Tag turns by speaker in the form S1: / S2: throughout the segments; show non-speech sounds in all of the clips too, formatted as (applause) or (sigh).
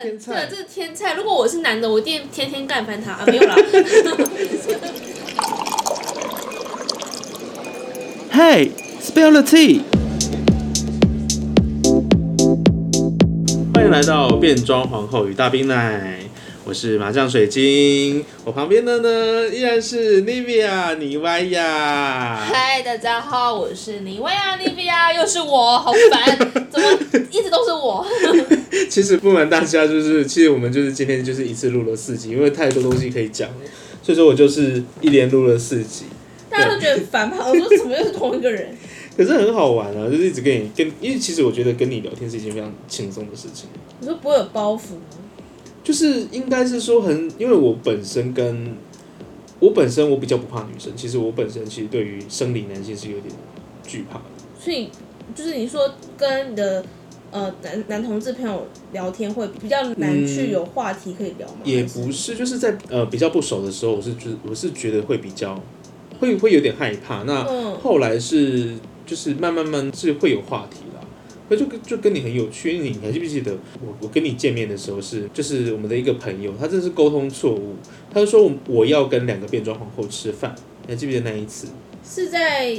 S1: 天
S2: 对，
S1: 菜
S2: 啊这是天菜。如果我是男的，我一定天天干翻他啊，
S3: (laughs)
S2: 没有啦。
S3: Hey, spill the tea！欢迎来到变装皇后与大兵奶，我是麻将水晶，我旁边的呢依然是 Nivia 妮歪呀。
S2: 嗨，大家好，我是妮薇啊，妮薇啊，又是我，好烦，怎么一直都是我？
S3: 其实不瞒大家，就是其实我们就是今天就是一次录了四集，因为太多东西可以讲了，所以说我就是一连录了四集。
S2: 大家都觉得很烦吧？我说怎么又是同一个人？
S3: 可是很好玩啊，就是一直跟你跟，因为其实我觉得跟你聊天是一件非常轻松的事情。
S2: 你说不会有包袱吗？
S3: 就是应该是说很，因为我本身跟我本身我比较不怕女生，其实我本身其实对于生理男性是有点惧怕的。
S2: 所以就是你说跟你的呃男男同志朋友聊天会比较难去
S3: 嗯
S2: 有话题可以聊吗？
S3: 也
S2: 还是
S3: 不是，就是在呃比较不熟的时候，我是觉我是觉得会比较会会有点害怕。那
S2: 嗯，
S3: 后来是就是慢慢慢是会有话题啦。那就跟就跟你很有趣，因为你还记不记得我我跟你见面的时候是就是我们的一个朋友，他真的是沟通错误，他就说我我要跟两个变装皇后吃饭，你还记不记得那一次？
S2: 是在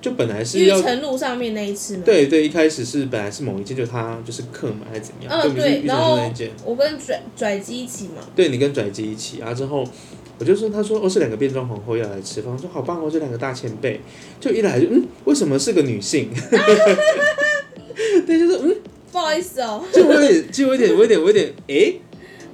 S3: 就本来是
S2: 玉
S3: 要
S2: 成路上面那一次吗？
S3: 对对，一开始是本来是某一件，就他就是客满还是怎样，
S2: 嗯
S3: 根本就是
S2: 对
S3: 遇
S2: 然
S3: 上
S2: 后
S3: 那一件。
S2: 我跟拽拽机一起嘛，
S3: 对你跟拽机一起啊，之后我就说，他说哦是两个变装皇后要来吃饭，我说好棒哦，这两个大前辈，就一来就嗯，为什么是个女
S2: (laughs)
S3: 性？对，就是嗯，
S2: 不好意思哦，
S3: 就我有点，就我有点，我有点，我有点，诶，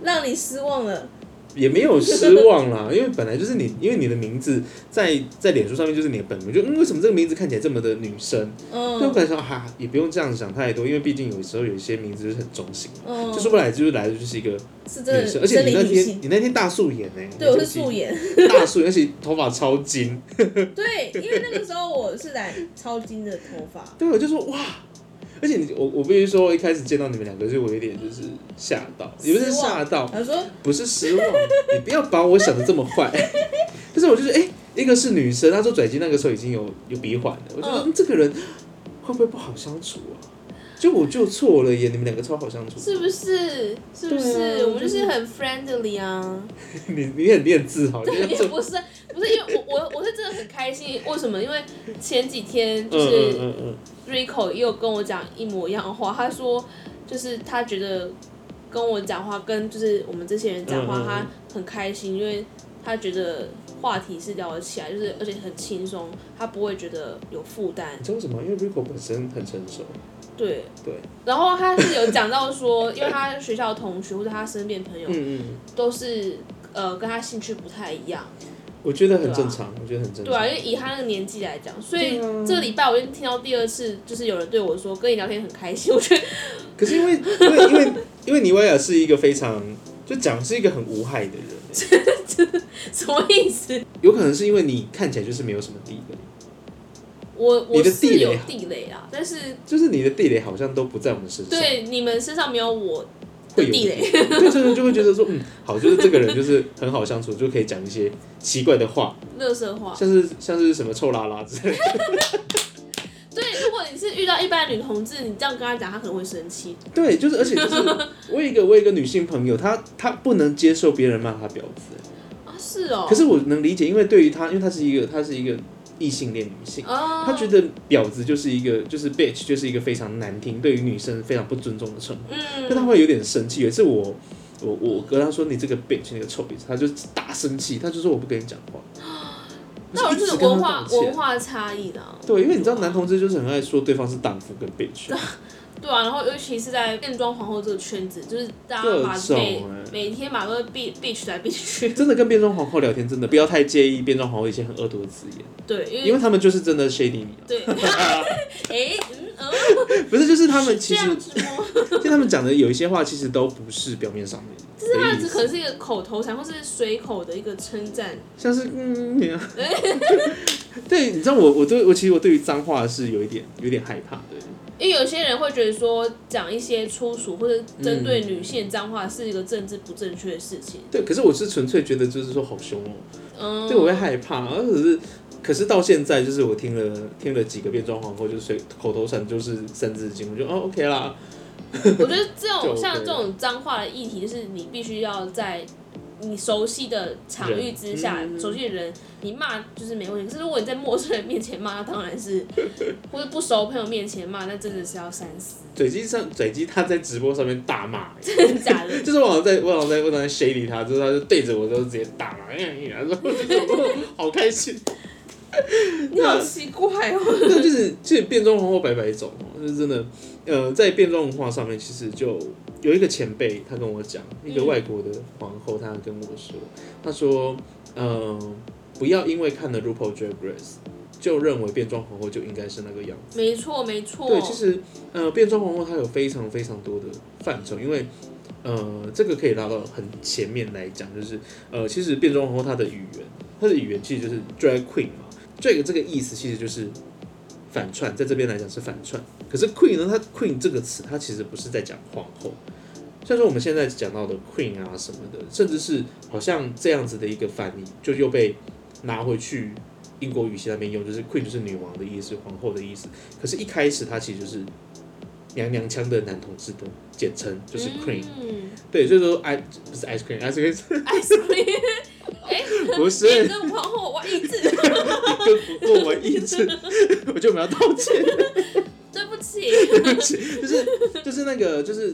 S2: 让你失望了。
S3: 也没有失望啦，因为本来就是你，因为你的名字在在脸书上面就是你的本名，就嗯，为什么这个名字看起来这么的女生？对我
S2: 嗯
S3: 本来说哈、也不用这样想太多，因为毕竟有时候有一些名字就是很中性。
S2: 嗯，
S3: 就说不来就是来的就是一个女
S2: 是真
S3: 生，
S2: 的，
S3: 而且
S2: 生
S3: 你
S2: 理
S3: 那
S2: 女
S3: 天
S2: 性。
S3: 你那天大素颜呢、欸？
S2: 对，我是
S3: 记 (laughs)
S2: 素颜。
S3: 大素颜，而且头发超金。
S2: 对，因为那个时候我是染超金的头发，
S3: 对，我就说哇，而且你我我必须说，一开始见到你们两个就我有点就是吓到，也不是
S2: 失望
S3: 吓到，
S2: 他说
S3: 不是失望，你不要把我想的这么坏。 (laughs) 但是我就是哎、一个是女生，她说拽机那个时候已经有有鼻环了，我就说、
S2: 嗯
S3: 嗯这个人会不会不好相处啊？就我就错了耶，你们两个超好相处。
S2: 是不是？是不
S3: 对
S2: 是？
S3: 啊
S2: 我们就是很 friendly 啊。
S3: (laughs) 你你很你很自豪，你
S2: 对，
S3: 要
S2: 也
S3: 做
S2: (laughs) 不是，不是因为我我我是真的很开心。为什么？因为前几天就
S3: 嗯嗯
S2: 是
S3: 嗯嗯，
S2: Rico 也有跟我讲一模一样的话，他说就是他觉得跟我讲话跟就是我们这些人讲
S3: 嗯
S2: 话，
S3: 嗯嗯
S2: 他很开心，因为他觉得话题是聊得起来，就是而且很轻松，他不会觉得有负担。
S3: 你知道为什么？因为 Rico 本身很成熟，
S2: 对
S3: 对。
S2: 然后他是有讲到说，因为他学校的同学或者他身边的朋友
S3: 嗯嗯，
S2: 都是呃跟他兴趣不太一样，
S3: 我觉得很正常，我觉得很正常。
S2: 对啊，因为以他那个年纪来讲，所以
S3: 对啊
S2: 这个礼拜我就听到第二次，就是有人对我说跟你聊天很开心，我觉得
S3: 可是因为因为因为因为尼维尔是一个非常就讲是一个很无害的人，
S2: 什么意思？
S3: 有可能是因为你看起来就是没有什么地雷，
S2: 我
S3: 你
S2: 我
S3: 的地
S2: 是
S3: 雷啊
S2: 有地雷啊，但是
S3: 就是你的地雷好像都不在我们身上，
S2: 对你们身上没有我
S3: 会
S2: 的
S3: 有
S2: 地雷，
S3: 对，所以就会觉得说，嗯，好，就是这个人就是很好相处，就可以讲一些奇怪的话，
S2: 乐色话。
S3: 像是像是什么臭拉拉之类的。啊
S2: 对，如果你是遇到一般的女同志，你这样跟她讲，她可能会生气。
S3: 对，就是而且就是我有一个我有一个女性朋友，她她不能接受别人骂她婊子，
S2: 啊，是哦。
S3: 可是我能理解，因为对于她，因为她是一个她是一个异性恋女性。
S2: 啊，
S3: 他觉得婊子就是一个就是 bitch，就是一个非常难听，对于女生非常不尊重的称呼。但他
S2: 嗯，
S3: 会有点生气。有一次我我我跟他说你这个 bitch，那个臭婊子，他就大生气，他就说我不跟你讲
S2: (gasps)
S3: 话。
S2: 那我
S3: 就
S2: 就
S3: 一直
S2: 是
S3: 跟他
S2: 文化
S3: 道歉
S2: 文化差异的啊、
S3: 对，因为你知道男同志就是很爱说对方是荡妇跟 bitch，
S2: 对啊，然后尤其是在变装皇后这个圈子，就是大家
S3: 各
S2: 把
S3: 种
S2: 每
S3: 欸
S2: 每天把都必必去来必去，
S3: 真的跟变装皇后聊天，真的不要太介意变装皇后一些很恶毒的字眼，
S2: 对，因为
S3: 因为他们就是真的 shady 你、 (laughs)
S2: 对，哎、嗯嗯，
S3: 不是就是他们
S2: 这
S3: 其实
S2: 样子吗？ (laughs)
S3: 其实他们讲的有一些话其实都不是表面上面的
S2: 这样
S3: 意
S2: 子
S3: 思
S2: 可能是一个口头禅，或是随口的一个称赞。
S3: 像是嗯，你啊对，你知道我我对我其实我对于脏话是有一点有点害怕的，
S2: 因为有些人会觉得说，讲一些粗俗或者针对女性脏话是一个政治不正确的事情。
S3: 对，可是我是纯粹觉得就是说好凶哦、
S2: 嗯，
S3: 对我会害怕，而可是可是到现在就是我听了听了几个变装皇后，就是随口头禅就是三字经，我就哦 OK 啦，
S2: 我觉得
S3: (laughs)
S2: 这
S3: 就
S2: 种
S3: OK
S2: 像这种脏话的议题，就是你必须要在你熟悉的场域之下，
S3: 人嗯
S2: 熟悉的人，你骂就是没问题。可是如果你在陌生人面前骂，当然是 (laughs) 或者不熟朋友面前骂，那真的是要三
S3: (laughs)
S2: 思，
S3: 嘴机上嘴机他在直播上面大骂、欸 (laughs)
S2: 真的假的？
S3: 就是我好像在，我好像在，我好像在 shady 他，就是他就对着我，就直接哎打嘛，然后我就 (laughs) 好开心。
S2: 你好奇怪哦。
S3: (laughs) 那就是其实变装皇后百百种哦，就是真的，呃，在变装文化上面，其实就有一个前辈，他跟我讲，一个
S2: 嗯
S3: 外国的皇后，她跟我说，她说，呃，不要因为看了 RuPaul Drag Race 就认为变装皇后就应该是那个样子。
S2: 没错，没错。嗯
S3: 对，其实呃，变装皇后它有非常非常多的范畴，因为呃，这个可以拉到很前面来讲，就是呃，其实变装皇后它的语言，它的语言其实就是 drag queen 嘛，drag 这个意思其实就是反串，在这边来讲是反串。可是 queen 呢，它 queen 这个词，它其实不是在讲皇后。像是我们现在讲到的 queen 啊什么的，甚至是好像这样子的一个翻译，就又被拿回去英国语系那边用，就是 queen 就是女王的意思，皇后的意思。可是，一开始它其实就是娘娘腔的男同志的简称，就是 queen、
S2: 嗯
S3: 对，所以说 i 不是 ice cream，ice cream 是 (laughs)
S2: ，ice cream，哎
S3: 不是
S2: 你跟皇后玩一致，
S3: 跟不过我意志， (laughs) 我就没有道歉，
S2: 对不起。
S3: 对不起，就是就是那个就是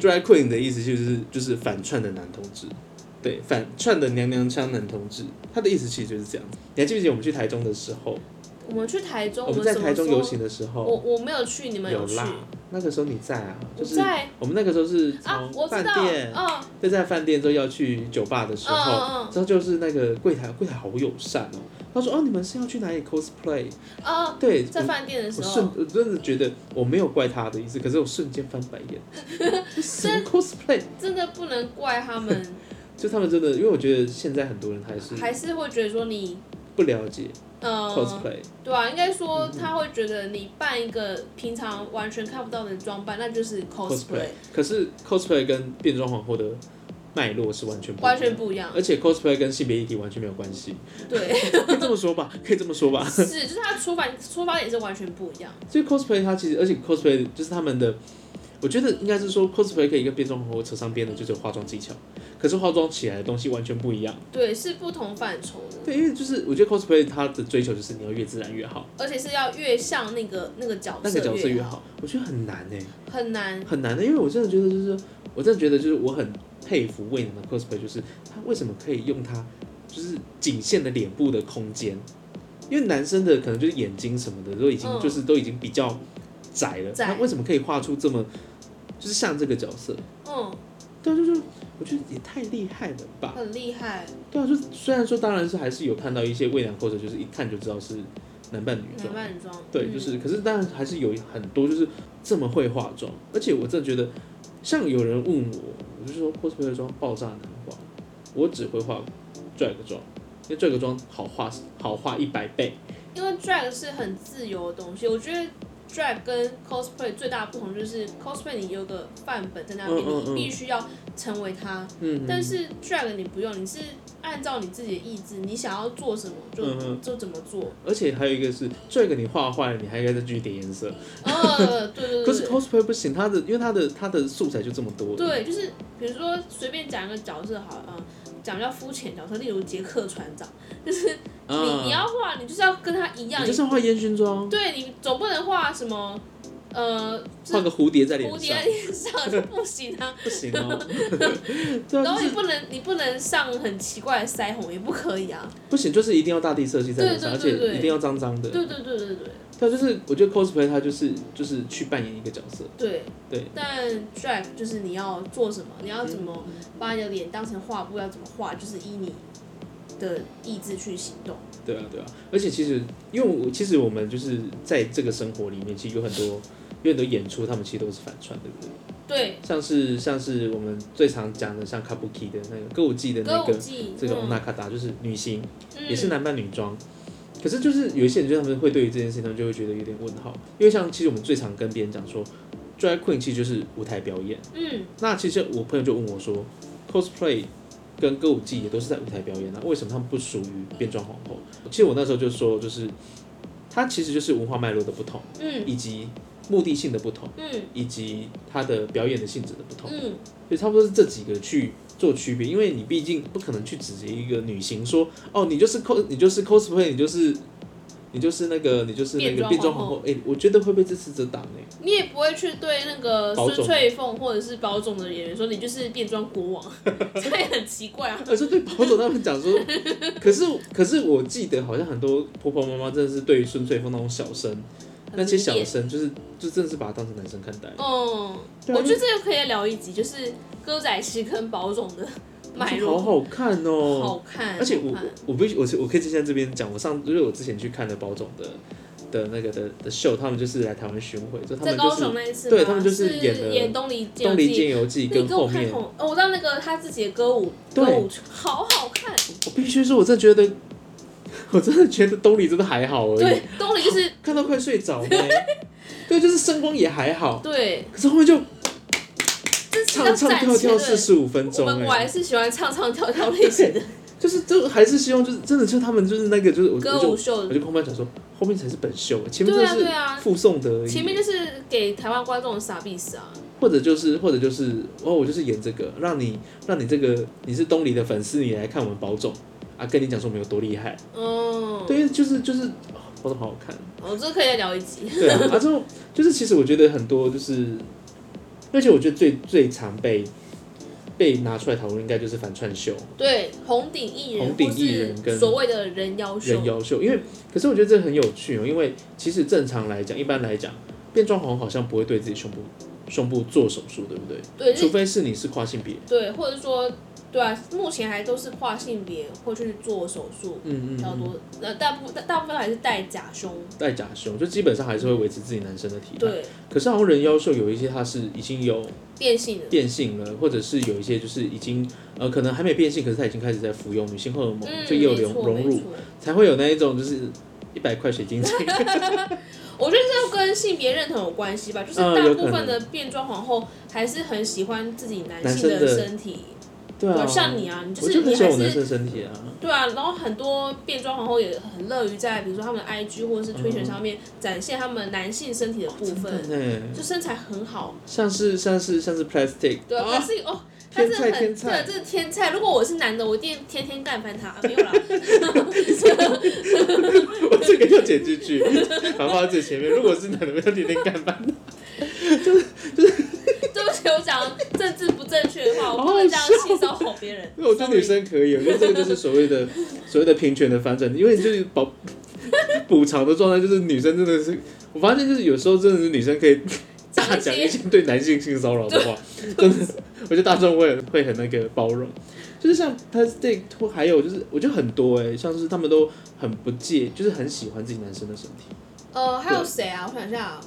S3: drag queen 的意思就是就是反串的男同志。对，反串的娘娘腔男同志，他的意思其实就是这样。你还记不记得我们去台中的时候，
S2: 我们去台中，
S3: 我们
S2: 们
S3: 在
S2: 什么
S3: 台中
S2: 时候
S3: 游行的时候，
S2: 我我没有去，你们去？
S3: 啦，那个时候你在啊，
S2: 我
S3: 就是
S2: 在
S3: 我们那个时候是
S2: 啊，
S3: 从
S2: 我
S3: 饭
S2: 知道，
S3: 店，
S2: 嗯，
S3: 就在饭店之后要去酒吧的时候，
S2: 嗯嗯嗯
S3: 之后就是那个柜台，柜台好友善哦。他说：“哦，你们是要去哪里 cosplay？”
S2: 啊，
S3: 对，
S2: 在
S3: 我
S2: 饭店的
S3: 嗯
S2: 时
S3: 我瞬
S2: 候，
S3: 我真的觉得我没有怪他的意思，可是我瞬间翻白
S2: (laughs)
S3: 眼，这什么 cosplay？
S2: 真的不能怪他们，
S3: 就他们真的，因为我觉得现在很多人还 (laughs) 是
S2: 还是会觉得说你，
S3: 不了解
S2: 呃，
S3: cosplay，、
S2: 对啊，应该
S3: 嗯
S2: 说他会觉得你扮一个平常完全看不到的装扮，那就是
S3: cosplay
S2: cosplay，
S3: 可是 cosplay 跟变装皇后的脉络是完全不一样呃
S2: 完全不一样。
S3: 而且 cosplay 跟性别议题完全没有关系， (laughs)
S2: 对，
S3: 可以这么说吧，可以这么说吧。
S2: 是，就是他出发出发点是完全不一样。
S3: 所以 cosplay 它其实，而且 cosplay 就是他们的，我觉得应该是说 cosplay 可以跟变装皇后扯上边的，就是有化妆技巧。可是化妆起来的东西完全不一样。
S2: 对，是不同范畴的，
S3: 对，因为就是我觉得 cosplay 它的追求就是你要越自然越好，
S2: 而且是要越像那个那个角
S3: 那个角色
S2: 色
S3: 越
S2: 好
S3: 好，我觉得很难哎、
S2: 很难。
S3: 很难的，因为我真的觉得就是，我真的觉得就是我很佩服魏能的 cosplay，就是他为什么可以用他就是仅限的脸部的空间，因为男生的可能就是眼睛什么的都已经
S2: 嗯
S3: 就是都已经比较窄了，
S2: 窄
S3: 他为什么可以画出这么就是像这个角色？
S2: 嗯，
S3: 对啊，就是我觉得也太厉害了吧。
S2: 很厉害，
S3: 对啊，就是虽然说当然是还是有看到一些魏良 cos，就是一看就知道是男扮女装
S2: 男，扮女装，
S3: 对，
S2: 嗯
S3: 就是，可是当然还是有很多就是这么会化妆，而且我真的觉得，像有人问我，我就说 cosplay 的妆爆炸难化，我只会化 drag 妆，因为 drag 妆好画好画一百倍，
S2: 因为 drag 是很自由的东西，我觉得 drag 跟 cosplay 最大的不同就是 cosplay 你有个范本在那边，
S3: 嗯嗯嗯
S2: 你必须要成为它，
S3: 嗯，
S2: 但是 drag 你不用，你是按照你自己的意志，你想要做什么就、
S3: 嗯嗯
S2: 就怎么
S3: (laughs)
S2: 做。
S3: 而且还有一个是 drag 你画坏了，你还应该再继续点颜色，
S2: 呃，对对
S3: 可
S2: 对
S3: 是
S2: 对。
S3: cosplay 不行，它的因为它的它的素材就这么多，
S2: 对，就是比如说随便讲一个角色好了，嗯，讲比较肤浅的角色，例如杰克船长，
S3: 啊，
S2: 你你要画，你就是要跟他一样，
S3: 你就是要画烟熏妆，
S2: 对你总不能画什么，呃，就
S3: 画
S2: 是
S3: 个蝴蝶在脸
S2: 蝴蝶
S3: 上
S2: 在，脸上就不行啊。
S3: 不行哦， (laughs)
S2: (laughs)
S3: 对
S2: 然
S3: 啊，
S2: 后
S3: 就
S2: 你
S3: 是
S2: 不能，你不能上很奇怪的腮红，也不可以啊。
S3: 不行，就是一定要大地色系在脸上，而
S2: 对
S3: 且
S2: 对对对
S3: 一定要脏脏的，
S2: 对对对对对
S3: 对，啊就是我觉得 cosplay 它就是就是去扮演一个角色，
S2: 对。
S3: 对。
S2: 但 drag 就是你要做什么，你要怎么把你的脸当成画布，要怎么画，就是依你的意志去行动。
S3: 对啊对啊。而且其实因为我其实我们就是在这个生活里面，其实有很多有很多演出，他们其实都是反串，对不对？
S2: 对，
S3: 像是像是我们最常讲的像 kabuki 的那个歌舞伎的
S2: 歌
S3: 那
S2: 舞
S3: 个
S2: 伎
S3: 这个 o
S2: 嗯
S3: n a k a d a 就是女星，
S2: 嗯
S3: 也是男扮女装。可是就是有一些人，就他们会对于这件事情，他们就会觉得有点问号，因为像其实我们最常跟别人讲说，drag queen 其实就是舞台表演。
S2: 嗯，
S3: 那其实我朋友就问我说，cosplay 跟歌舞伎也都是在舞台表演啊，为什么他们不属于变装皇后？其实我那时候就说，就是它其实就是文化脉络的不同，
S2: 嗯
S3: 以及目的性的不同，
S2: 嗯
S3: 以及他的表演的性质的不同，所
S2: 嗯，
S3: 以差不多是这几个去做区别，因为你毕竟不可能去指责一个女星说，哦，你就是 cos，你就是 cosplay，你就是你就是那个你就是那个变
S2: 变
S3: 装
S2: 装
S3: 皇
S2: 皇
S3: 后
S2: 后，
S3: 哎、我觉得会被支持者打呢、
S2: 你也不会去对那个
S3: 保总
S2: 孙翠凤或者是保总的演员说你就是变装国王，
S3: (laughs)
S2: 所以很奇怪啊。
S3: 可是对保守他们讲
S2: (laughs)
S3: 说，可是可是我记得好像很多婆婆妈妈真的是对于孙翠凤那种小生，那些小
S2: 很明显
S3: 生就是就真的是把他当成男生看待。
S2: 嗯，
S3: 对啊
S2: 我觉得这个可以聊一集，就是歌仔戏跟宝总的脉
S3: 好
S2: 络，
S3: 好看哦、
S2: 好看。
S3: 而且我
S2: 好看
S3: 我必须我是我可以在这边讲，我上就是我之前去看的保总的的那个的的秀，他们就是来台湾巡回，就他
S2: 在
S3: 们
S2: 高
S3: 就
S2: 雄
S3: 是
S2: 那一次吗，
S3: 对他们就是是演了
S2: 演东篱剑
S3: 东
S2: 游
S3: 篱
S2: 记
S3: 剑游记
S2: 那你
S3: 跟
S2: 跟我
S3: 后
S2: 看
S3: 面，
S2: 同，哦，我知道那个他自己的歌舞歌
S3: 对
S2: 舞好好看，
S3: 我必须说，我真的觉得我真的觉得东篱真的还好而已
S2: 对，，东篱就是
S3: 看到快睡着呢。 (laughs) 对，就是声光也还好，
S2: 对，
S3: 可是后面就
S2: 这是
S3: 唱
S2: 要
S3: 唱
S2: 站
S3: 跳
S2: 起来
S3: 跳
S2: 的
S3: 四十五分
S2: 我
S3: 钟、
S2: 们我
S3: 哎，
S2: 还是喜欢唱唱跳跳类型的
S3: 就是就还是希望就是真的就是他们就是那个就是我我
S2: 歌舞
S3: 就
S2: 秀
S3: 我，就空班讲说后面才是本秀，欸前面
S2: 对啊
S3: 真的
S2: 对啊
S3: 是附送的而已，欸
S2: 前面就是给台湾观众傻逼死啊！
S3: 或者就是或者就是哦我就是演这个，让你让你这个你是东篱的粉丝，你来看我们保总啊，跟你讲说我们有多厉害，
S2: 嗯，
S3: 对，就是就是。哦保总好好看，
S2: 我这个可以再聊一集。
S3: 对啊，啊之后就是其实我觉得很多就是，而且我觉得最最常被被拿出来讨论应该就是反串秀，
S2: 对，红顶艺人，
S3: 红顶艺人跟
S2: 所谓的人妖秀
S3: 人，妖秀，因为可是我觉得这很有趣哦，因为其实正常来讲，一般来讲，变装皇后好像不会对自己胸部胸部做手术，对不对？
S2: 对，
S3: 除
S2: 就
S3: 非是你是跨性别，
S2: 对，或者说对啊，目前还都是跨性别会去做手术。
S3: 嗯嗯
S2: 比较
S3: 嗯，
S2: 多，那大部大大部分还是戴假胸，
S3: 戴假胸，就基本上还是会维持自己男生的体态。
S2: 对，
S3: 可是好像人妖秀有一些它是已经有
S2: 变性的，
S3: 变性了，或者是有一些就是已经呃可能还没变性，可是他已经开始在服用女性荷尔蒙，
S2: 嗯，
S3: 就也有
S2: 没
S3: 融
S2: 错
S3: 融
S2: 没
S3: 入，
S2: 错
S3: 才会有那一种就是一百块水晶
S2: (laughs)
S3: 体。
S2: 我觉得这跟性别认同有关系吧，就是
S3: 嗯
S2: 大
S3: 有
S2: 部
S3: 可
S2: 分
S3: 能
S2: 的变装皇后还是很喜欢自己男
S3: 男
S2: 性
S3: 生的
S2: 身体，
S3: 对啊，
S2: 像你啊，你就
S3: 我
S2: 是
S3: 就
S2: 你
S3: 很喜欢
S2: 还
S3: 我男
S2: 是
S3: 生身体啊。
S2: 对啊，然后很多变装皇后也很乐于在比如说他们的 IG 或者是推选上面展现他们男性身体的部分，
S3: 嗯真的呢
S2: 就身材很好，
S3: 像是像是像是 plastic，
S2: 对啊，
S3: 啊
S2: 但是哦。但
S3: 天
S2: 是
S3: 菜
S2: 很
S3: 天菜
S2: 对，这是天菜。如果我是男的，我一定天天干翻他。啊
S3: (laughs)
S2: 没有啦，
S3: 我这个要剪进去，把它放在最前面。如果是男的，不要天天干饭。
S2: 对不起，我讲政治不正确的话，我
S3: 好
S2: 不
S3: 好
S2: 能这样
S3: 笑
S2: 性骚扰别人。
S3: (laughs) 我觉得女
S2: Sorry
S3: 生可以，我觉得这个就是所谓的所谓的平权的反转，因为就是保补偿的状态，就是女生真的是，我发现就是有时候真的是女生可以
S2: 讲一
S3: 大
S2: 些
S3: 讲一些对男性性骚扰的话，真的，我觉得大众会会很那个包容。就是像 plastic，或还有就是，我觉得很多哎、像是他们都很不介，就是很喜欢自己男生的身体。
S2: 呃，还有谁啊？我想一下、啊，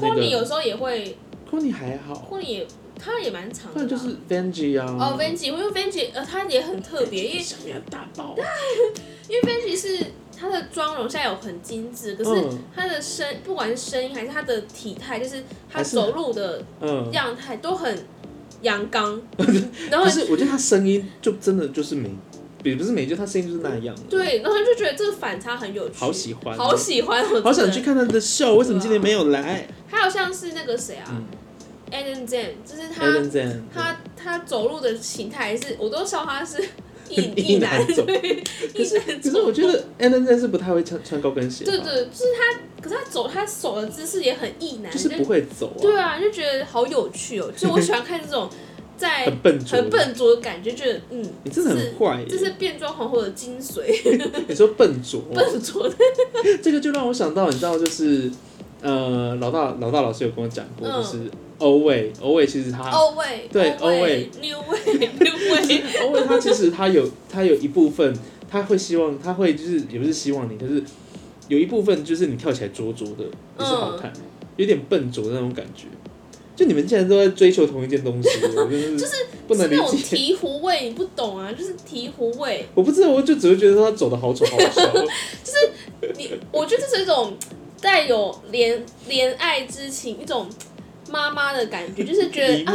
S3: 那个
S2: 科尼有时候也会，
S3: 可你还好，
S2: 科尼也他也蛮长
S3: 不
S2: 的
S3: 然
S2: 吧。
S3: 就是 Benji 啊。
S2: 哦，Vanji，因为 Vanji 呃，他也很特别，因为
S3: 小羊大包。
S2: 因为 Vanji 是他的妆容现在有很精致，可是
S3: 嗯
S2: 他的声，不管是声音还是他的体态，就是他
S3: 还是
S2: 走路的
S3: 嗯，
S2: 样态都很阳
S3: (laughs)
S2: 刚，然后
S3: 可是我觉得他声音就真的就是没，也不是没，就他声音就是那样。，
S2: 对，然后就觉得这个反差很有趣，
S3: 好喜欢哦
S2: 好喜欢，我真的
S3: 好想去。看他的秀，为什么今年没有来？
S2: 还有像是那个谁啊
S3: 嗯
S2: a d a m Jam，就是他
S3: a d a m z a n
S2: 他他走路的形态是，我都
S3: (laughs)
S2: 笑他是一
S3: 一
S2: 一
S3: 男
S2: 男 (laughs)
S3: 走
S2: 对一男
S3: 可是我
S2: 走。
S3: 觉得 a d a m z a n 是不太会穿穿高跟鞋吧，
S2: 对对，就是他，可是他走他手的姿势也很一男，
S3: 就是不会走啊，
S2: 对啊，就觉得好有趣哦。
S3: (laughs)
S2: 就我喜欢看这种在
S3: 很笨拙，
S2: 很，笨拙的感觉，觉得嗯，
S3: 你真的很坏耶。
S2: 这是变装皇后的精髓，
S3: 你说笨拙，
S2: 笨拙的。
S3: 这个就让我想到，你知道，就是呃，老大老大老师有跟我讲过，
S2: 嗯
S3: 就是欧伟，欧伟其实他
S2: 欧喂，
S3: 对
S2: 欧喂，牛喂，牛喂，
S3: 因为他其实他有他有一部分，他会希望他会就是也不是希望你，就是有一部分就是你跳起来拙拙的也是好看，嗯有点笨拙的那种感觉。就你们竟然都在追求同一件东西，我真的是 (laughs) 不能
S2: 是
S3: 理
S2: 那种
S3: 解。
S2: 醍醐味，你不懂啊，就是醍醐味。
S3: 我不知道，我就只会觉得他走的好丑好 (laughs) 笑。
S2: 你，我觉得这是一种带有怜怜爱之情，一种妈妈的感觉，就是觉
S3: (laughs) 一
S2: 得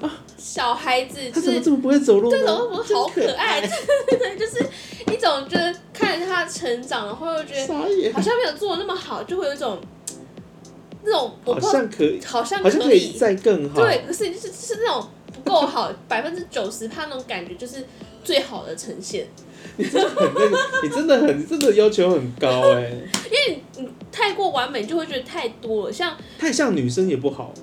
S3: 幕
S2: 啊，小孩子
S3: 他
S2: 就
S3: 怎么
S2: 是
S3: 这么不会走路呢？
S2: 这种我好可爱，
S3: 真
S2: 对， (laughs) 就是一种就是看着他成长，然后又觉得
S3: 傻眼。
S2: 好像没有做的那么好，就会有一种那种我
S3: 好
S2: 不知道，
S3: 像可以，
S2: 好像
S3: 好像可
S2: 可
S3: 以再更好。
S2: 对，可是就是就是那种不够好， (laughs) 百分之九十他那种感觉就是最好的呈现，
S3: 你真的很那个，你真的很，你真的要求很高哎、
S2: 太过完美就会觉得太多了，像
S3: 太像女生也不好。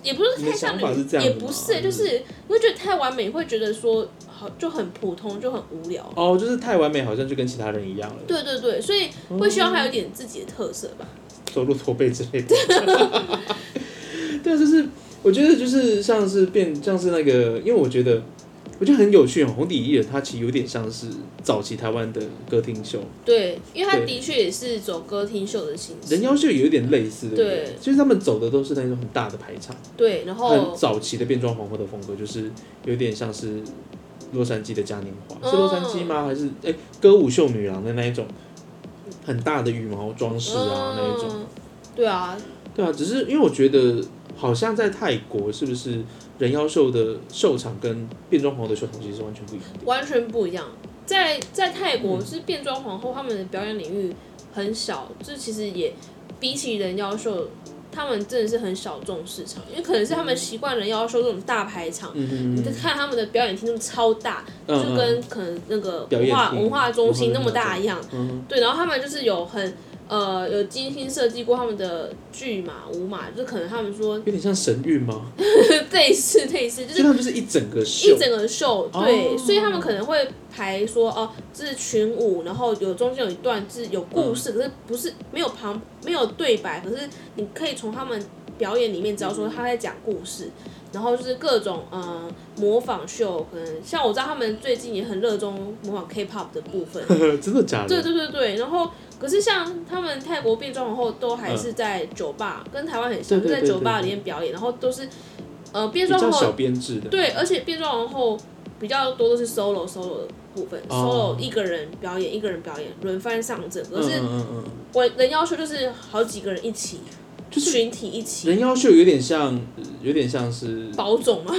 S2: 也不是
S3: 你的
S2: 太像
S3: 想法是
S2: 女
S3: 这样
S2: 也
S3: 的
S2: 不
S3: 吗
S2: 是，就是你会觉得太完美，会觉得说好就很普通，就很无聊。
S3: 哦，就是太完美，好像就跟其他人一样了，
S2: 对对对，所以会希望他有点自己的特色吧。
S3: 走路驼背之类的。 (laughs) 对，啊就是我觉得就是像是变像是那个，因为我觉得我觉得很有趣哦，红底艺人他其实有点像是早期台湾的歌厅秀，
S2: 对，因为他
S3: 对
S2: 的确也是走歌厅秀的形
S3: 人
S2: 式，
S3: 妖秀也有点类似，对不
S2: 对哦
S3: 其实他们走的都是那种很大的排场，
S2: 对，然
S3: 很
S2: 后
S3: 早期的变装皇后的风格，就是有点像是洛杉矶的嘉年华，
S2: 嗯
S3: 是洛杉矶吗？还是哎、歌舞秀女郎的那一种很大的羽毛装饰啊、那一种。
S2: 嗯对啊，
S3: 对啊，只是因为我觉得好像在泰国是不是人妖秀的秀场跟变装皇后的秀场其实是完全不一样的。
S2: 完全不一样。在在泰国是变装皇后，他们的表演领域很小，这其实也比起人妖秀，他们真的是很小众市场，因为可能是他们习惯人妖秀这种大排场。
S3: 嗯
S2: 你在看他们的表演厅，就超大，
S3: 嗯
S2: 就跟可能那个
S3: 表
S2: 文
S3: 演
S2: 化
S3: 厅
S2: 文化中心那么大一样，
S3: 嗯
S2: 对，然后他们就是有很呃有精心设计过他们的剧码舞码，就可能他们说
S3: 有
S2: (laughs)
S3: 点像神韵吗？
S2: 类似类似，就
S3: 所以
S2: 是
S3: 他们就是一整个秀
S2: 一，整个秀，
S3: 哦
S2: 对，所以他们可能会排说哦，这是群舞，然后有中间有一段是有故
S3: 嗯
S2: 事，可是不是没有旁没有对白，可是你可以从他们表演里面知道说他在讲故事，然后就是各种嗯、呃模仿秀，可能像我知道他们最近也很热衷模仿 K-pop 的部
S3: (laughs)
S2: 分，
S3: 真的假的？
S2: 对对对对，然后可是像他们泰国变装皇后都还是在酒吧，跟台湾很像，
S3: 对对对
S2: 就在酒吧里面表演，然后都是呃变
S3: 比
S2: 装
S3: 较
S2: 皇
S3: 小
S2: 后
S3: 编制的。
S2: 对，而且变装皇后比较多都是 solo solo 的部分、
S3: 哦
S2: s o l o 一个人表演，一个人表演，轮番上阵。可
S3: 嗯
S2: 是
S3: 嗯嗯嗯，
S2: 我人要求就是好几个人一起，
S3: 就是
S2: 群体一起，
S3: 人妖秀有点像，呃有点像是
S2: 保种嘛，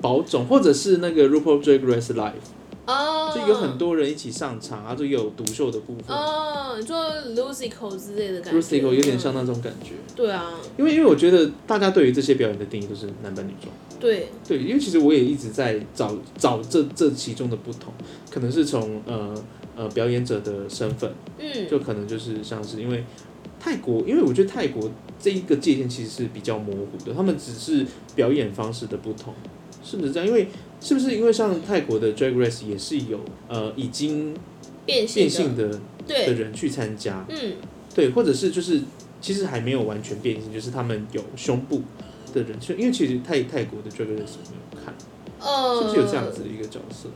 S3: 宝总，或者是那个 RuPaul Drag Race Live，
S2: (laughs) 哦，
S3: 就有很多人一起上场，然后就有独秀的部分。
S2: 哦，你说 Lucico 之类的感觉
S3: Rustico 有点像
S2: 嗯
S3: 那种感觉，
S2: 对啊，
S3: 因为因为我觉得大家对于这些表演的定义都是男扮女装。
S2: 对，
S3: 对，因为其实我也一直在找找这这其中的不同，可能是从呃呃表演者的身份，
S2: 嗯，
S3: 就可能就是像是因为泰国，因为我觉得泰国这一个界限其实是比较模糊的，他们只是表演方式的不同，是不是这样？因为是不是因为像泰国的 Drag Race 也是有呃已经
S2: 变
S3: 变
S2: 性
S3: 性
S2: 的，
S3: 的的
S2: 对，
S3: 人去参加，
S2: 嗯。
S3: 对，或者是就是其实还没有完全变性，就是他们有胸部的人去，因为其实泰泰国的 Drag Race 我没有看。
S2: 呃，
S3: 是不是有这样子的一个角色？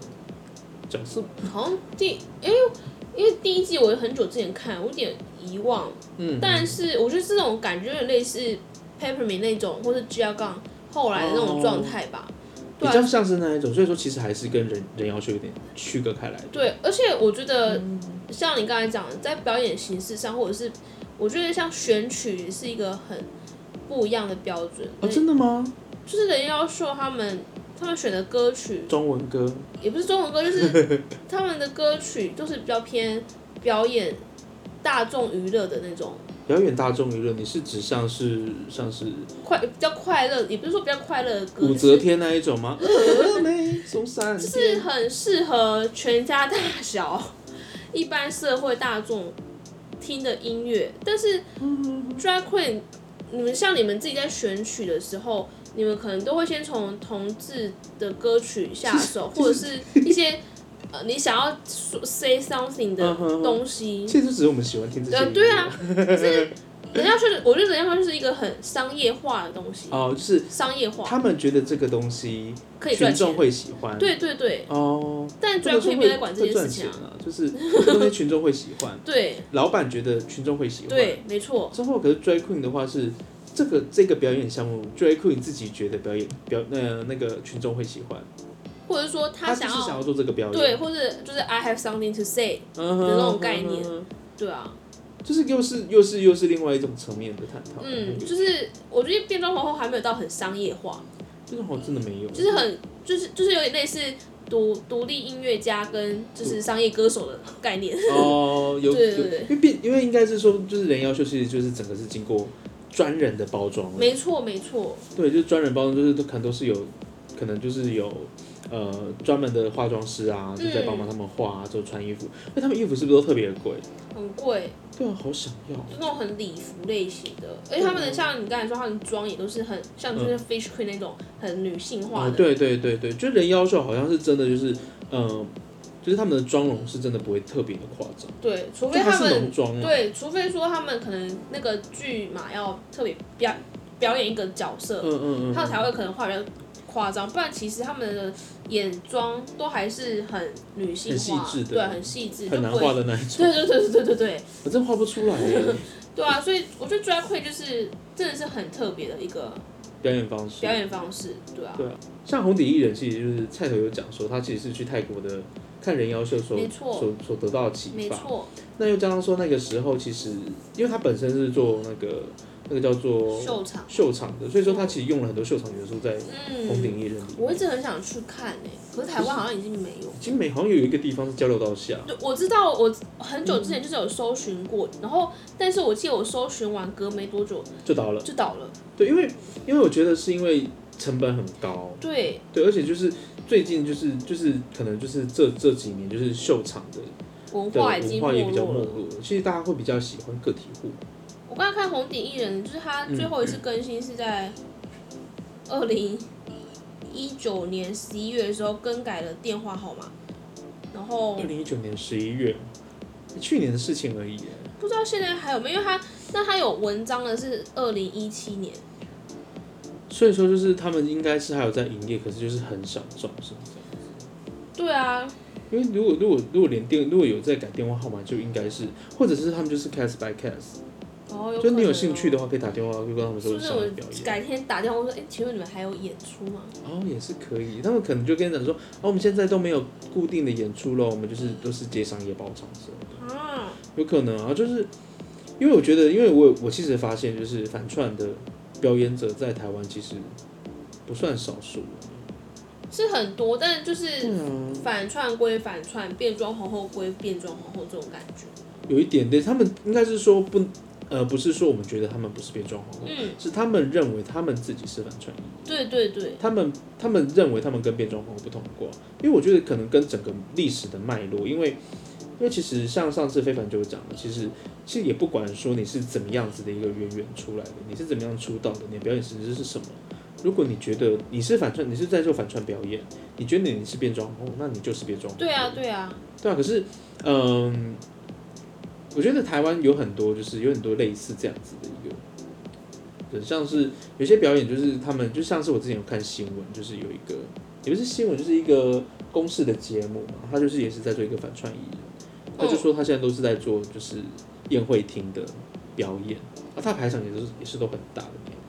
S3: 角色，
S2: 好像第，因为因为第一季我很久之前看，我有点遗忘。
S3: 嗯，
S2: 但是我觉得这种感觉有点类似 Peppermint 那种，或是 G 幺杠后来的那种
S3: 哦
S2: 状态吧。
S3: 比
S2: 对
S3: 较
S2: 啊，
S3: 像是那一种，所以说其实还是跟人人妖秀有点区隔开来的。
S2: 对，而且我觉得
S3: 嗯
S2: 像你刚才讲，的，在表演形式上，或者是我觉得像选曲是一个很不一样的标准。
S3: 哦，真的吗？
S2: 就是人妖秀他们他们选的歌曲
S3: 中文歌，
S2: 也不是中文歌，就是
S3: (laughs)
S2: 他们的歌曲都是比较偏表演大众娱乐的那种，
S3: 表演大众娱乐，你是指像是像是
S2: 快比较快乐，也不是说比较快乐的歌，
S3: 武
S2: 就
S3: 则
S2: 是呃
S3: 天那一种
S2: (laughs)
S3: 吗？峨眉松山
S2: 就
S3: 天
S2: 是很适合全家大小、一般社会大众听的音乐。但是 drag queen，你们像你们自己在选曲的时候，你们可能都会先从同志的歌曲下手，或者是一些呃你想要说 say something 的
S3: 嗯哼哼
S2: 东西。
S3: 其实就只是我们喜欢听这些
S2: 对
S3: 音
S2: 啊
S3: 乐。
S2: 对啊，可是人家说的，我觉得人家说就是一个很商业化的东西，
S3: 哦，就是
S2: 商业化
S3: 他们觉得这个东西
S2: 可以赚
S3: 群
S2: 钱
S3: 众。会喜欢。
S2: 对对对，
S3: 哦，
S2: 但
S3: 不
S2: drag
S3: 能说
S2: queen 没有
S3: 会
S2: 在管这
S3: 会
S2: 件事
S3: 赚
S2: 情
S3: 钱
S2: 啊。
S3: 啊，就是 (laughs) 这个东西群众会喜欢，
S2: 对
S3: 老板觉得群众会喜欢。
S2: 对，没错。
S3: 之后可哦是 drag queen 的话是这个这个表演项目，drag queen 自己觉得表演表呃那个群众会喜欢，
S2: 或者说
S3: 他就
S2: 想
S3: 是想
S2: 要
S3: 要做这个表演，
S2: 对，或者就是 I have something to say，
S3: 嗯哼，
S2: 的那种概念
S3: 嗯哼
S2: 对啊，
S3: 就是又是又是又是另外一种层面的探讨，
S2: 嗯，就是我觉得变装皇后还没有到很商业化，
S3: 这种好哦像真的没有，
S2: 就是很就是就是有点类似独独立音乐家跟就是商业歌手的概念，
S3: 哦，有
S2: 对
S3: 有
S2: 对对
S3: 因为变因为应该是说就是人妖秀其实就是整个是经过专人的包装了。
S2: (laughs) 没错没错，
S3: 对，就是专人包装，就是都可能都是有，可能就是有呃专门的化妆师啊，就
S2: 嗯
S3: 在帮忙他们化、啊，就穿衣服。那他们衣服是不是都特别贵？
S2: 很贵，
S3: 对啊，好想要。
S2: 就那种很礼服类型的，而且他
S3: 哦
S2: 们的像你刚才说，他们妆也都是很像就是 Fish Queen 那种很女性
S3: 嗯
S2: 化
S3: 哦，
S2: 的，
S3: 对对对对，就人妖秀好像是真的，就是嗯、呃就是他们的妆容是真的不会特别的夸张，
S2: 对，除
S3: 就
S2: 非
S3: 它
S2: 他
S3: 是
S2: 们
S3: 浓妆啊。
S2: 对，除非说他们可能那个剧嘛要特别表表演一个角色，
S3: 嗯嗯嗯
S2: 他们才会可能画得夸张，不然其实他们的眼妆都还是很女性化，
S3: 很细致的
S2: 对，很细致，
S3: 嗯，很
S2: 就
S3: 难
S2: 不会
S3: 画的那一种，
S2: 对对对对对对对
S3: 我真画不出来
S2: (laughs)
S3: 耶
S2: 对啊！所以我觉得 drag queen 就是真的是很特别的一个
S3: 表演方式
S2: 表。演方式，对啊，
S3: 对像红底艺人，其实就是菜头有讲说，他其实是去泰国的看人妖秀所
S2: 没错
S3: 所所得到的启
S2: 没
S3: 发。
S2: 错，
S3: 那又加上说那个时候，其实因为他本身是做那个那个叫做
S2: 秀场，
S3: 秀场的，所以说他其实用了很多秀场元素在红
S2: 嗯，
S3: 顶艺人里。
S2: 我一直很想去看诶、可是台湾好像已经没有。
S3: 金美好像有一个地方是交流到下，
S2: 对，我知道，我很久之前就是有搜寻过，然后但是我记得我搜寻完隔没多久
S3: 就倒了。
S2: 就倒了。
S3: 对，因为因为我觉得是因为成本很高，
S2: 对，
S3: 对，而且就是最近就是就是可能就是这这几年就是秀场的
S2: 文
S3: 的
S2: 化已
S3: 文
S2: 经
S3: 化也比较
S2: 落
S3: 没
S2: 了。
S3: 落了，其实大家会比较喜欢个体户。
S2: 我刚才看红顶艺人，就是他最后一次更新是在二零一九年十一月的时候更改了电话号码，然后
S3: 二零一九年十一月，去年的事情而已耶。
S2: 不知道现在还有没有，因为他那他有文章的是二零一七年，
S3: 所以说就是他们应该是还有在营业，可是就是很少赚，是不是？
S2: 对啊，
S3: 因为如果如果如果连电如果有在改电话号码，就应该是，或者是他们就是 cast by cast，、
S2: 然后有
S3: 就
S2: 可
S3: 你有
S2: 能
S3: 兴
S2: 哦
S3: 趣的话，可以打电话就跟他们
S2: 是
S3: 说
S2: 不是
S3: 想要
S2: 我
S3: 表演，
S2: 改天打电话我说，哎、请问你们还有演出吗？
S3: 哦也是可以，他们可能就跟你讲说，哦我们现在都没有固定的演出咯，我们就是都是接商业包场什么的，
S2: 啊，
S3: 有可能啊，就是因为我觉得，因为我我其实发现就是反串的表演者在台湾其实不算少数，
S2: 是很多，但就是
S3: 对啊，
S2: 反串归反串，变装皇后归变装皇后这种感觉。
S3: 有一点对，他们应该是说不，呃，不是说我们觉得他们不是变装皇后。
S2: 嗯，
S3: 是他们认为他们自己是反串艺，
S2: 对对对，
S3: 他们他们认为他们跟变装皇后不同过，因为我觉得可能跟整个历史的脉络，因为因为其实像上次非凡就有讲了，其实其实也不管说你是怎么样子的一个渊源出来的，你是怎么样出道的，你的表演形式是什么。如果你觉得你是反串，你是在做反串表演，你觉得你是变装皇后，那你就是变装皇后。
S2: 对啊对啊，
S3: 对啊，可是，嗯，我觉得台湾有很多，就是有很多类似这样子的一个，对，像是有些表演，就是他们就像是我之前有看新闻，就是有一个也不是新闻，就是一个公式的节目嘛，他就是也是在做一个反串艺人，他就说他现在都是在做就是宴会厅的表演，啊，他排场也是也是都很大的那样，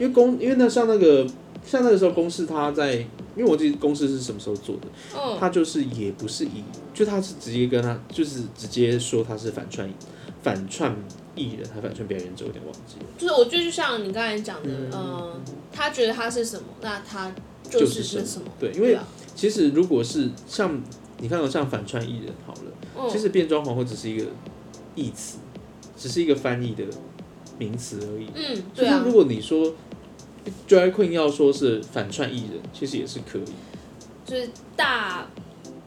S3: 因为公因为那像那个像那个时候公式他在，因为我记得公式是什么时候做的。
S2: 嗯，
S3: 他就是也不是以，就他是直接跟他就是直接说他是反串反串艺人还反串表演者，有点忘记了。
S2: 就是我觉得就像你刚才讲的，嗯、他觉得他是什么，那他
S3: 就是是
S2: 那什么。
S3: 对，因为
S2: 啊
S3: 其实如果是像你看到像反串艺人好了，
S2: 嗯，
S3: 其实变装皇后只是一个义词，只是一个翻译的名词而已。
S2: 嗯，
S3: 所
S2: 对
S3: 以
S2: 啊
S3: 如，果你说 drag queen 要说是反串艺人，其实也是可以。
S2: 就是大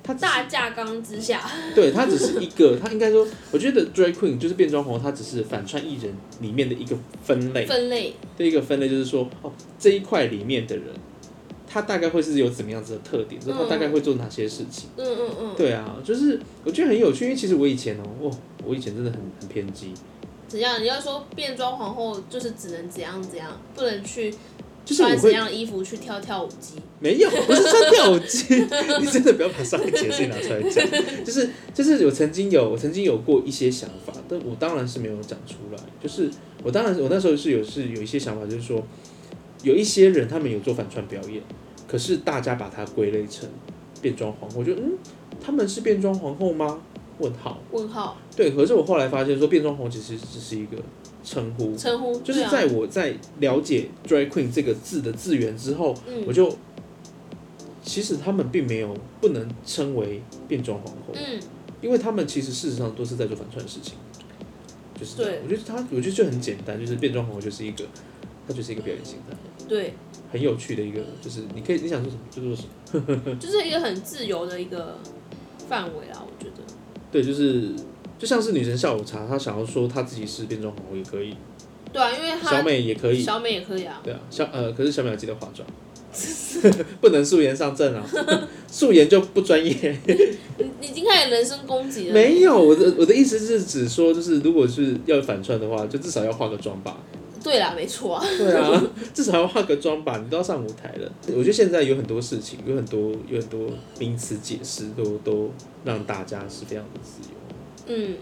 S3: 他只是
S2: 大架纲之下，
S3: 对，它只是一个，它应该说，我觉得 drag queen 就是变装皇后，它只是反串艺人里面的一个分类
S2: 分类，
S3: 的一个分类，就是说，哦，这一块里面的人，他大概会是有怎么样子的特点，就他大概会做哪些事情。
S2: 嗯嗯嗯，
S3: 对啊，就是我觉得很有趣，因为其实我以前哦，哦，我以前真的很很偏激，
S2: 怎样？你要说变装皇后就是只能怎样怎样，不能去
S3: 就是我
S2: 穿怎
S3: 会
S2: 样的衣服去跳跳舞机。
S3: 没有，不是穿跳机， (laughs) 你真的不要把上一节事情拿出来讲，就是就是我曾经有我曾经有过一些想法，但我当然是没有讲出来，就是我当然我那时候是有是有一些想法，就是说有一些人他们有做反串表演，可是大家把它归类成变装皇后，我就嗯，他们是变装皇后吗？问号，
S2: 问号
S3: 对，可是我后来发现说变装皇后其实只是一个称呼，
S2: 称呼，
S3: 就
S2: 对
S3: 是
S2: 啊
S3: 在我在了解 drag queen 这个字的字源之后。
S2: 嗯
S3: 我就其实他们并没有不能称为变装皇后，
S2: 嗯，
S3: 因为他们其实事实上都是在做反串的事情。就是
S2: 对
S3: 这样我觉得他，我觉得就很简单，就是变装皇后就是一个，它就是一个表演形态，
S2: 对，
S3: 很有趣的一个，就是你可以你想做什么就做什么。
S2: 就是一个很自由的一个范围啦，我觉得。
S3: 对，就是就像是女神下午茶，她想要说她自己是变装皇后也可以，
S2: 对啊，因为他
S3: 小美也可以，
S2: 小美也可以啊，
S3: 对啊，小呃，可是小美要记得化
S2: (laughs)
S3: 妆， (laughs) 不能素颜上阵啊， (laughs) 素颜就不专业。
S2: 你你已经开始人身攻击了。
S3: 没有，我的我的意思是指说，就是如果是要反串的话，就至少要化个妆吧。
S2: 对啦，没错啊，
S3: 对啊， (laughs) 至少要化个妆吧，你都要上舞台了。我觉得现在有很多事情，有很多有很多名词解释都都让大家是非常的自由。
S2: 嗯。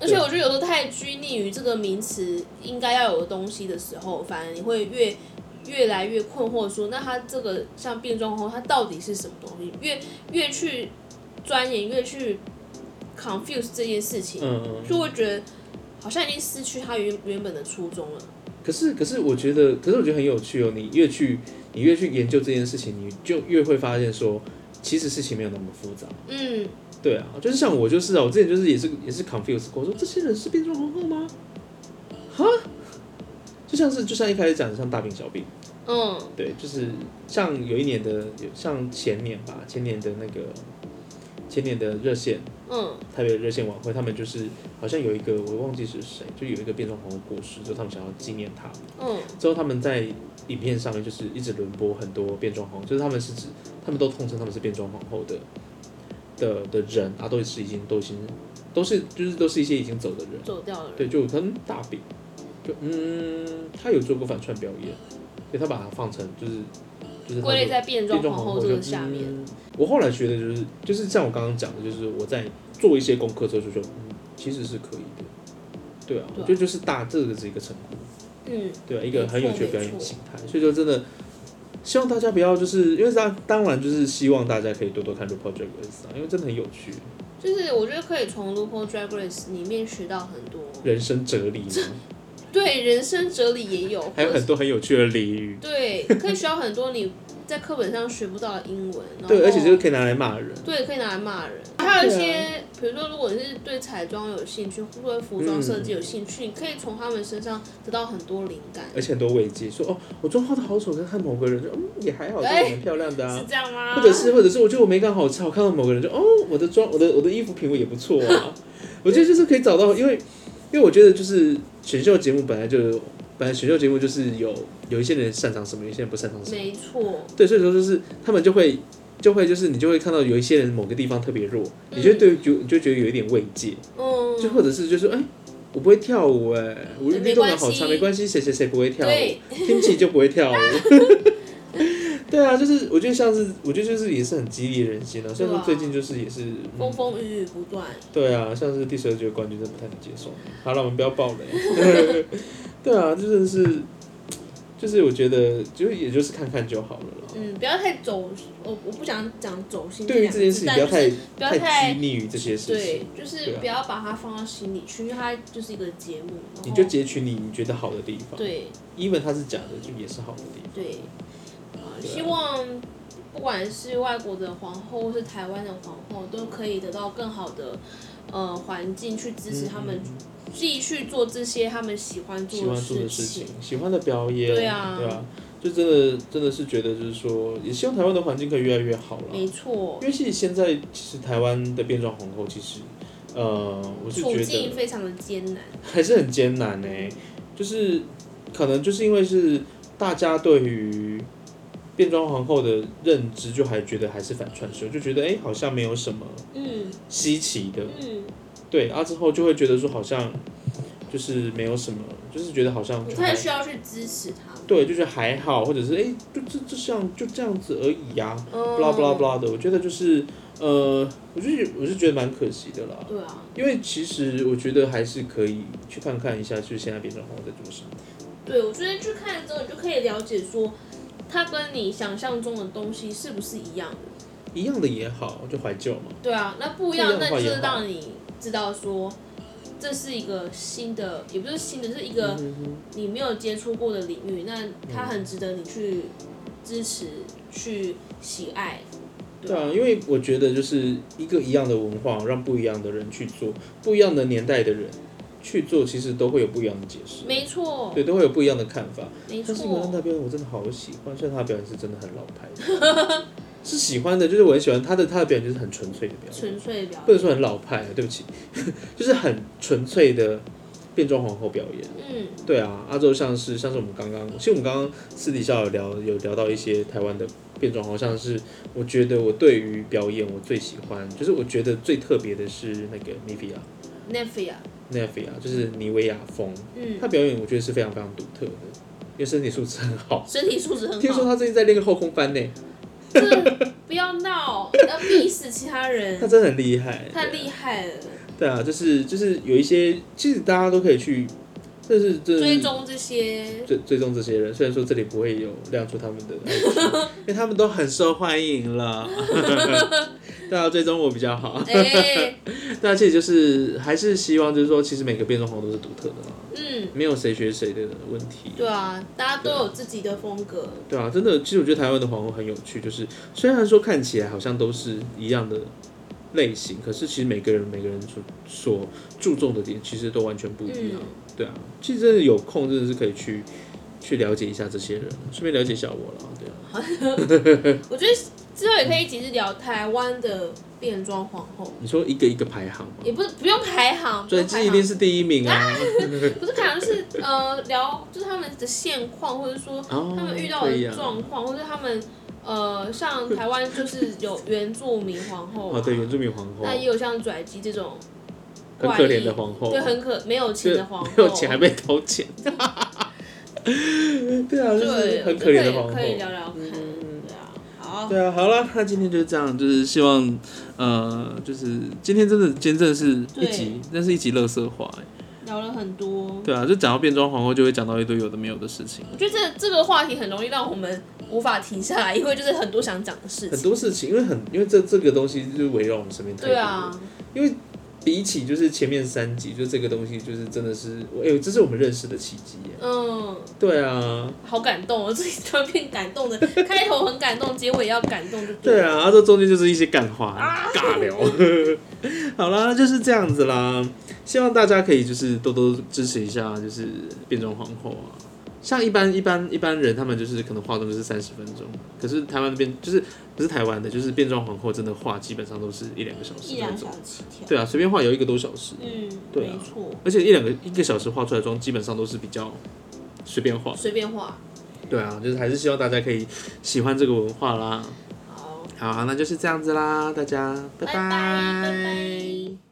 S2: 而且我觉得有时候太拘泥于这个名词应该要有的东西的时候，反而你会越越来越困惑说那它这个像变装后，它到底是什么东西？越越去钻研，越去 confuse 这件事情，
S3: 嗯，
S2: 就会觉得好像已经失去它原原本的初衷了。
S3: 可是可是我觉得，可是我觉得很有趣哦。你越去你越去研究这件事情，你就越会发现说，其实事情没有那么复杂。
S2: 嗯，
S3: 对啊，就是像我就是啊，我之前就是也是也是 confused 过，我说这些人是变装皇后吗？哈，就像是就像一开始讲的，像大饼小饼，
S2: 嗯，
S3: 对，就是像有一年的，有像前年吧，前年的那个前年的热线
S2: 嗯，
S3: 台北的热线晚会，他们就是好像有一个我忘记是谁，就有一个变装皇后过世，就他们想要纪念他，
S2: 嗯，
S3: 之后他们在影片上面就是一直轮播很多变装皇后，就是他们是指他们都通称他们是变装皇后的的的人啊，都是已经都已经都是就是都是一些已经走的人，
S2: 走掉了。
S3: 对，就跟大饼，就嗯，他有做过反串表演，所以他把它放成就是就是他
S2: 归类
S3: 的
S2: 在变装
S3: 变装
S2: 皇
S3: 皇
S2: 后
S3: 后
S2: 这
S3: 就
S2: 个下面。
S3: 嗯我后来觉得就是就是像我刚刚讲的，就是我在做一些功课之后就觉得，嗯，其实是可以的，对啊，
S2: 对啊
S3: 我觉得就是大这个是一个成果。
S2: 嗯，
S3: 对啊，一个很有趣的表
S2: 没
S3: 演
S2: 错
S3: 形态。所以说，真的希望大家不要就是，因为当当然就是希望大家可以多多看《RuPaul Drag Race》啊，因为真的很有趣，
S2: 就是我觉得可以从《RuPaul Drag Race》里面学到很多，
S3: 人生哲理嘛，
S2: 对人生哲理也有，
S3: 还有
S2: 或者
S3: 很
S2: 是
S3: 多很有趣的俚语。
S2: 对，可以学到很多你在课本上学不到的英文。然后
S3: 对，而且这个可以拿来骂人。
S2: 对可以拿来骂人，
S3: 啊
S2: 还有一些，比如说，如果你是对彩妆有兴趣，或者服装设计有兴趣，你可以从他们身上得到很多灵感，
S3: 而且很多慰藉，说哦，我妆化的好丑，可是看某个人就嗯也还好，就
S2: 哎
S3: 蛮漂亮的
S2: 是
S3: 啊。
S2: 这样吗？
S3: 或者是或者是我觉得我美感好差，我看到某个人就哦，我的妆我的我的衣服品味也不错
S2: (laughs)
S3: 啊。我觉得就是可以找到，因为因为我觉得就是选秀节目本来就本来选秀节目就是有有一些人擅长什么，有一些人不擅长什么。
S2: 没错，
S3: 对，所以说就是他们就会就会就是你就会看到有一些人某个地方特别弱，你就会对就就觉得有一点慰藉，
S2: 嗯，
S3: 就或者是就说哎、我不会跳舞哎、我
S2: 对没
S3: 运动感好
S2: 关系
S3: 差，没关系，谁谁谁不会跳舞。
S2: 对，
S3: 听起就不会跳舞。 (laughs) 对啊，就是我觉得像是，我觉得就是也是很激励人心啊。虽然说最近就是也是，
S2: 风
S3: 嗯、
S2: 风雨雨不断，
S3: 对啊，像是第十二届冠军真的不太能接受。好了，我们不要爆
S2: (laughs)
S3: 雷。对啊，就真的是，就是我觉得就也就是看看就好了啦。
S2: 嗯，不要太走，我我不想讲走心
S3: 对于
S2: 两
S3: 这
S2: 个
S3: 件
S2: 字
S3: 事情
S2: 但
S3: 不要
S2: 就是
S3: 太
S2: 不要
S3: 太
S2: 太
S3: 拘泥于这些事情
S2: 对，，就是
S3: 对啊
S2: 不要把它放到心里去，因为它就是一个节目。然后
S3: 你就截取你你觉得好的地方。
S2: 哦对
S3: ，even 它是假的，就也是好的地方。
S2: 对，呃
S3: 对啊
S2: 希望不管是外国的皇后或是台湾的皇后，都可以得到更好的呃环境去支持他们
S3: 嗯
S2: 继续做这些他们喜欢
S3: 喜
S2: 做
S3: 欢
S2: 的
S3: 做的事情
S2: 情。，
S3: 喜欢的表演，
S2: 对啊
S3: 就真的真的是觉得就是说，也希望台湾的环境可以越来越好了。
S2: 没错
S3: 因，为其实现在其实台湾的变装皇后，其实呃，我是
S2: 处
S3: 觉
S2: 境
S3: 得
S2: 非常的艰难。
S3: 还是很艰难呢、就是可能就是因为是大家对于变装皇后的认知，就还觉得还是反串秀，就觉得哎、好像没有什么
S2: 嗯
S3: 稀奇的，
S2: 嗯，
S3: 对啊之后就会觉得说好像就是没有什么，就是觉得好像
S2: 不
S3: 就
S2: 太
S3: 还
S2: 需要去支持他们。
S3: 对，就是还好，或者是哎、诶就这这像就这样子而已呀、啊，
S2: 嗯
S3: 不啦不啦不啦的。我觉得就是呃，我就是我是觉得蛮可惜的啦，
S2: 对啊，
S3: 因为其实我觉得还是可以去看看一下，就是现在变装皇后在做什么。
S2: 对，我觉得去看了之后，你就可以了解说，它跟你想象中的东西是不是一样的。
S3: 一样的也好，就怀旧嘛。
S2: 对啊，那不一
S3: 不
S2: 样，
S3: 一样的
S2: 那
S3: 话
S2: 就
S3: 也
S2: 是
S3: 好
S2: 让你知道说，这是一个新的，也不是新的，是一
S3: 嗯
S2: 个你没有接触过的领域，那它很值得你去支持、去喜爱。
S3: 对啊，因为我觉得就是一个一样的文化，让不一样的人去做，不一样的年代的人去做，其实都会有不一样的解释，
S2: 没错，
S3: 对，都会有不一样的看法。
S2: 没
S3: 但是尤安达
S2: 错，
S3: 表演我真的好喜欢，虽然他的表演是真的很老牌的，是喜欢的，就是我很喜欢他的他的表演就是很纯粹的表演，
S2: 纯粹的表
S3: 不能
S2: 演，
S3: 说很老派，啊对不起， (laughs) 就是很纯粹的变装皇后表演。
S2: 嗯，
S3: 对啊，阿周像是像是我们刚刚，其实我们刚刚私底下有聊有聊到一些台湾的变装，好像是我觉得我对于表演我最喜欢，就是我觉得最特别的是那个 Nivea
S2: n e f i a
S3: Nivea，就是妮维亚风，
S2: 嗯，
S3: 她表演我觉得是非常非常独特的，因为身体素质很好。
S2: 身体素质很
S3: 听说
S2: 好，
S3: 她最近在练个后空翻呢，
S2: 嗯这不要闹，要逼死其他
S3: 她
S2: 人，
S3: 真的很厉害，
S2: 太厉害了，
S3: 对啊，就是就是有一些，其实大家都可以去，这是这
S2: 追踪
S3: (laughs)
S2: 这些，
S3: 追追踪这些人，虽然说这里不会有亮出他们的
S2: (laughs)
S3: IG，因为他们都很受欢迎了，大家追踪我比较好。
S2: 哎，
S3: 那其实就是还是希望就是说，其实每个变装皇后都是独特的嘛，
S2: 嗯，
S3: 没有谁学谁的问题。
S2: 对啊，大家都有自己的风格，
S3: 对啊，真的，其实我觉得台湾的皇后很有趣，就是虽然说看起来好像都是一样的类型，可是其实每个人每个人所所注重的点其实都完全不一样。
S2: 嗯
S3: 对啊，其实真的有空真的是可以去去了解一下这些人，顺便了解小我啦。对啊，
S2: 我觉得之后也可以一起去聊台湾的变装皇后，
S3: 你说一个一个排行吗？
S2: 也不是不用排行，不
S3: 转
S2: 用排
S3: 机一
S2: 行
S3: 定是第一名啊！
S2: 不是排行是呃聊就是他们的现况，或者说
S3: 哦
S2: (laughs) 他们遇到
S3: 对
S2: 的
S3: 呀
S2: 状况，或者他们呃像台湾就是有原住民皇后啊
S3: 哦，对，原住民皇后，(laughs)
S2: 那也有像拽鸡这种
S3: 很可怜的皇后，
S2: 对很可没有钱的皇后，
S3: 没有钱还被偷钱， (laughs) 对啊，就是
S2: 对，
S3: 很可怜的
S2: 这个
S3: 皇
S2: 也
S3: 后
S2: 可。以聊聊看，对啊，好，
S3: 对啊，好了，那今天就是这样，就是希望，呃，就是今天真的，今天真的是一集，那是一集乐色话、欸，
S2: 聊了很多。
S3: 对啊，就讲到变装皇后，就会讲到一堆有的没有的事情，
S2: 我觉得这这个话题很容易让我们无法停下来，因为就是很多想讲的事
S3: 很
S2: 情。
S3: 多事情，因为很，因为这这个东西就是围绕我们身边太多
S2: 对
S3: 了，
S2: 啊，
S3: 比起就是前面三集，就这个东西就是真的是，哎、呦，这是我们认识的契机耶，
S2: 嗯，
S3: 对啊，
S2: 好感动哦， (laughs) 我自己突然变感
S3: (laughs)
S2: 动的，开头很感动，结尾也要感动就
S3: 对
S2: 了。
S3: 啊，啊这中间就是一些干话、
S2: 啊
S3: 尬聊。 (laughs) 好啦，就是这样子啦。希望大家可以就是多多支持一下，就是变装皇后啊。像一般一般一般人，他们就是可能化妆就是三十分钟，可是台湾的变就是不是台湾的，就是变装皇后真的化基本上都是一两个小时
S2: 一
S3: 那
S2: 两
S3: 种
S2: 小。时起跳。
S3: 对啊，随便化有一个多小时，
S2: 嗯，
S3: 对啊
S2: 没错，
S3: 而且一两个一个小时化出来的妆基本上都是比较随便化。
S2: 随便画。
S3: 对啊，就是还是希望大家可以喜欢这个文化啦。
S2: 好，
S3: 好，那就是这样子啦，大家拜
S2: 拜拜拜拜